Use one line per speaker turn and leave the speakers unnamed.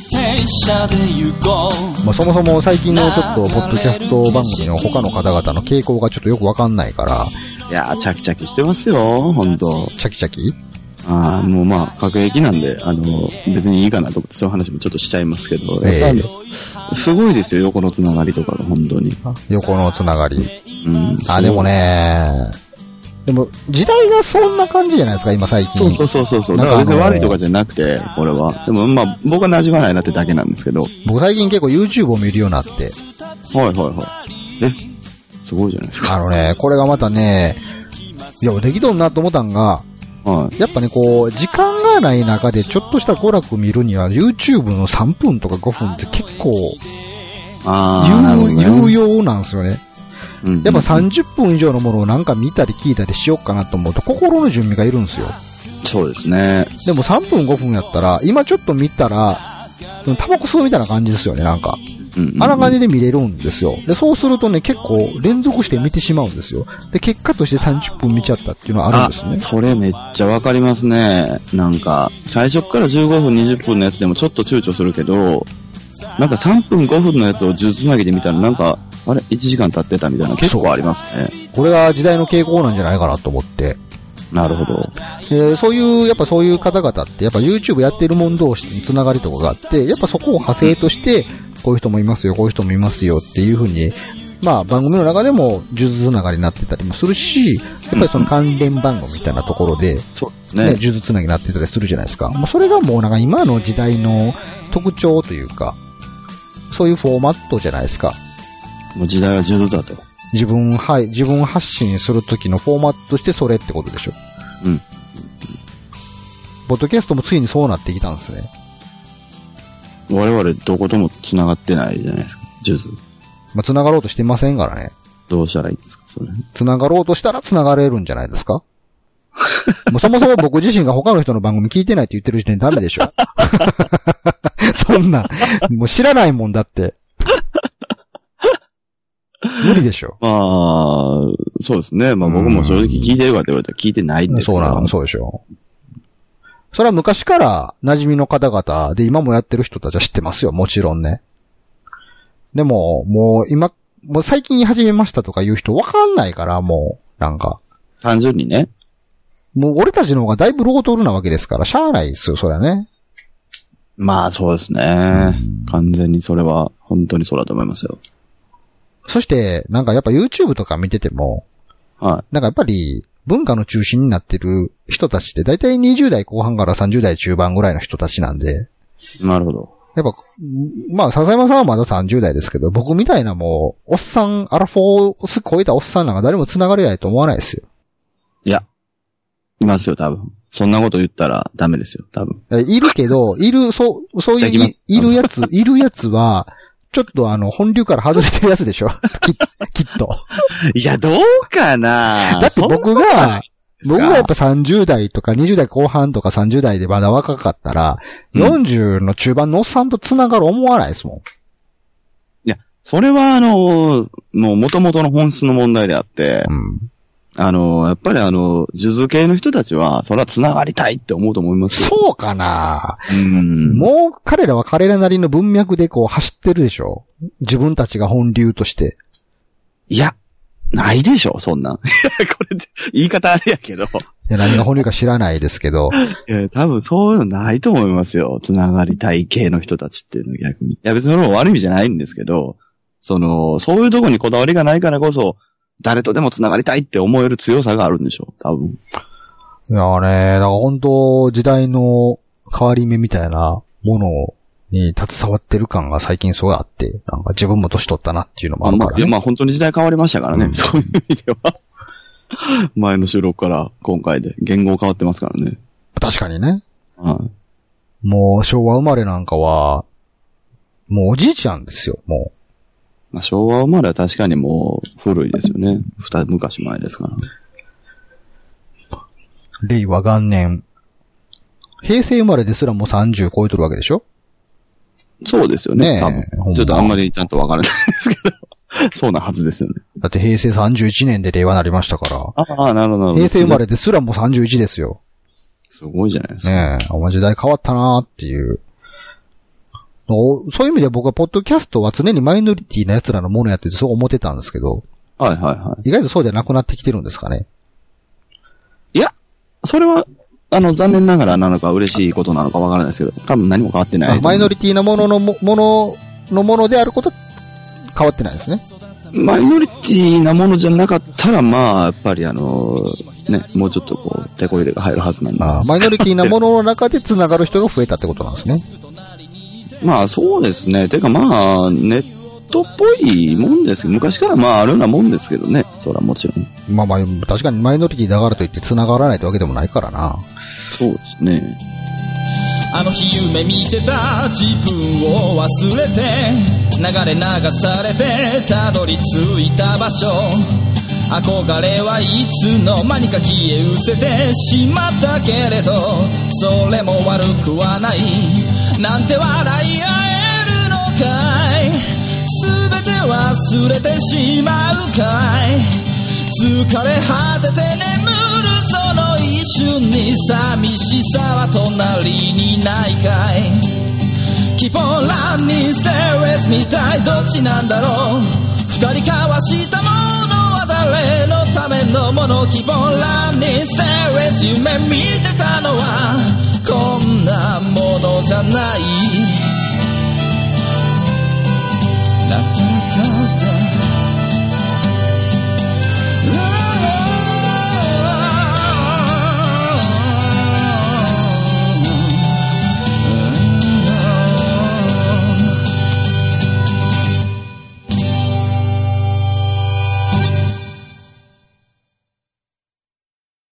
車で行こう
まあ、そもそも最近のちょっと、ポッドキャスト番組の他の方々の傾向がちょっとよくわかんないから、
いやー、チャキチャキしてますよ、ほんと。
チャキチャキ
あーもうまあ、各駅なんで、あの、別にいいかなと思って、そういう話もちょっとしちゃいますけど、
ええ
やっぱりすごいですよ、横のつながりとかが、本当に。
横のつながり。
うん。
あ、でもね、でも、時代がそんな感じじゃないですか、今最近。
そうそうそうそうそう。
な
だ
ん
か
から
別に
あのー
悪いとかじゃなくて、これは。でもまあ、僕は馴染まないなってだけなんですけど。はい
僕最近結構 YouTube を見るようになって。
はいはい。え、すごいじゃないですか。
あのね、これがまたね、いや、できとんなと思ったんが、
はい。
やっぱね、こう、時間がない中でちょっとした娯楽見るには、YouTube の3分とか5分って結構
ああ、なるほど
有、
ね
有用なんですよね。
うん
やっぱ30分以上のものをなんか見たり聞いたりしようかなと思うと、心の準備がいるんですよ。
そうですね。
でも3分5分やったら、今ちょっと見たら、うんタバコ吸うみたいな感じですよね、なんか。
うんうん
あらかじで見れるんですよ。で、そうするとね、結構連続して見てしまうんですよ。で、結果として30分見ちゃったっていうのはあるんですね。
それめっちゃわかりますね。なんか、最初から15分、20分のやつでもちょっと躊躇するけど、なんか3分、5分のやつを10つなげてみたら、なんか、あれ ?1 時間経ってたみたいな結構ありますね。
これが時代の傾向なんじゃないかなと思って。
なるほど。
でそういう、やっぱそういう方々って、やっぱ YouTube やってるもん同士につながりとかがあって、やっぱそこを派生として、こういう人もいますよ、こういう人もいますよっていう風に、まあ番組の中でも数珠つながりになってたりもするし、やっぱりその関連番組みたいなところで、
そうです
ね、
ね。
数珠つなぎになってたりするじゃないですか。もうそれがもうなんか今の時代の特徴というか、そういうフォーマットじゃないですか。
もう時代は10つだと。
自分、はい、自分発信するときのフォーマットとしてそれってことでしょ。
うん。
ポッドキャストもついにそうなってきたんですね。
我々どことも繋がってないじゃないですか。10つ。
まあ、繋がろうとしてませんからね。
どうしたらいいんですかそれ。
繋がろうとしたら繋がれるんじゃない ですかもうそもそも僕自身が他の人の番組聞いてないって言ってる時点でダメでしょ。 そんな、もう知らないもんだって。無理でしょ。
まあ、そうですね。まあ僕も正直聞いてるかって言われたら聞いてないんです
そ
けど。
うなの、そうでしょ。それは昔から馴染みの方々で今もやってる人たちは知ってますよ、もちろんね。でも、もう今、もう最近始めましたとか言う人わかんないから、もう、なんか。
単純にね。
もう俺たちの方がだいぶロートルなわけですから、しゃあないですよ、それはね。
まあそうですね。完全にそれは本当にそうだと思いますよ。
そして、なんかやっぱ YouTube とか見てても、
は
なんかやっぱり文化の中心になってる人たちって、だいたい20代後半から30代中盤ぐらいの人たちなんで、
い。なるほど。
やっぱ、まあ、笹山さんはまだ30代ですけど、僕みたいなもう、おっさん、アラフォーを超えたおっさんなんか誰も繋がりないと思わないですよ。
いや、いますよ、多分。そんなこと言ったらダメですよ、多分。
えいるけど、いる、そう、そう
じ
い
ゃあ
う
行きます
い、いるやつ、いるやつは、ちょっとあの、本流から外れてるやつでしょ ききっと。
いや、どうかな
だって僕
そんなことな
が
いで、すか
僕がやっぱ30代とか20代後半とか30代でまだ若かったら、40の中盤のおっさんと繋がる思わないですもん。
それはあの、もう元々の本質の問題であって
う、ん。
あの、やっぱりあの、数珠系の人たちは、それは繋がりたいって思うと思いますよ。
そうかな
うん。
もう彼らは彼らなりの文脈でこう走ってるでしょ自分たちが本流として。
いや、ないでしょ、そんなん。い や、これ、言い方あれやけど。
いや何が本流か知らないですけど。
いや、多分そういうのないと思いますよ。つながりたい系の人たちっていうのは逆に。いや、別にそれも悪い意味じゃないんですけど、その、そういうとこにこだわりがないからこそ、誰とでもつながりたいって思える強さがあるんでしょう、多分。
いやね、だから本当時代の変わり目みたいなものに携わってる感が最近すごいあって、なんか自分も年取ったなっていうのもある
ま
か
あ、
ら
いや
ね。
まあ本当に時代変わりましたからね。
うん
そういう意味では。 前の収録から今回で言語変わってますからね。
確かにね。
は
もう昭和生まれなんかは、もうおじいちゃんですよ、も
い。まあ、昭和生まれは確かにもう古いですよね。二昔前ですから。
う。令和元年。平成生まれですらもう30超えとるわけでしょ
そうですよ
ねえ
ね。多
ほんま
分。ちょっとあんまりちゃんとわからないですけど。 そうなはずですよね。
だって平成31年で令和になりましたから。
ああ、なるほどなるほど。
平成生まれですらもう31ですよ。
すごいじゃないですか。
ねえ、あんま時代変わったなーっていう。おそういう意味では僕は、ポッドキャストは常にマイノリティな奴らのものやってそう思ってたんですけど、
はいはいは
意外とそうじゃなくなってきてるんですかね。
い。いや、それは、あの、残念ながらなのか嬉しいことなのかわからないですけど、多分何も変わってない。
あマイノリティなもののも、もの、のものであることは変わってないですね。
マイノリティなものじゃなかったら、まあ、やっぱりあの、ね、もうちょっとこう、手こ入れが入るはずなんで。
あーマイノリティなものの中で繋がる人が増えたってことなんですね。
まあ、そうですね。てかまあ、ネットっぽいもんですけど、昔からまあ、あるようなもんですけどね。そらもちろん。
まあまあ、確かにマイノリティだからといって繋がらないってわけでもないからな。
そうですね。
あの日夢見てた自分を忘れて流れ流されてたどり着いた場所憧れはいつの間にか消え失せてしまったけれどそれも悪くはないなんて笑い合えるのかい全て忘れてしまうかい疲れ果てて眠るその一瞬に寂しさは隣にないかい Keep on running, stay with me たいどっちなんだろう二人交わしたものは誰のためのもの Keep on running, stay with you 夢見てたのはこんなものじゃない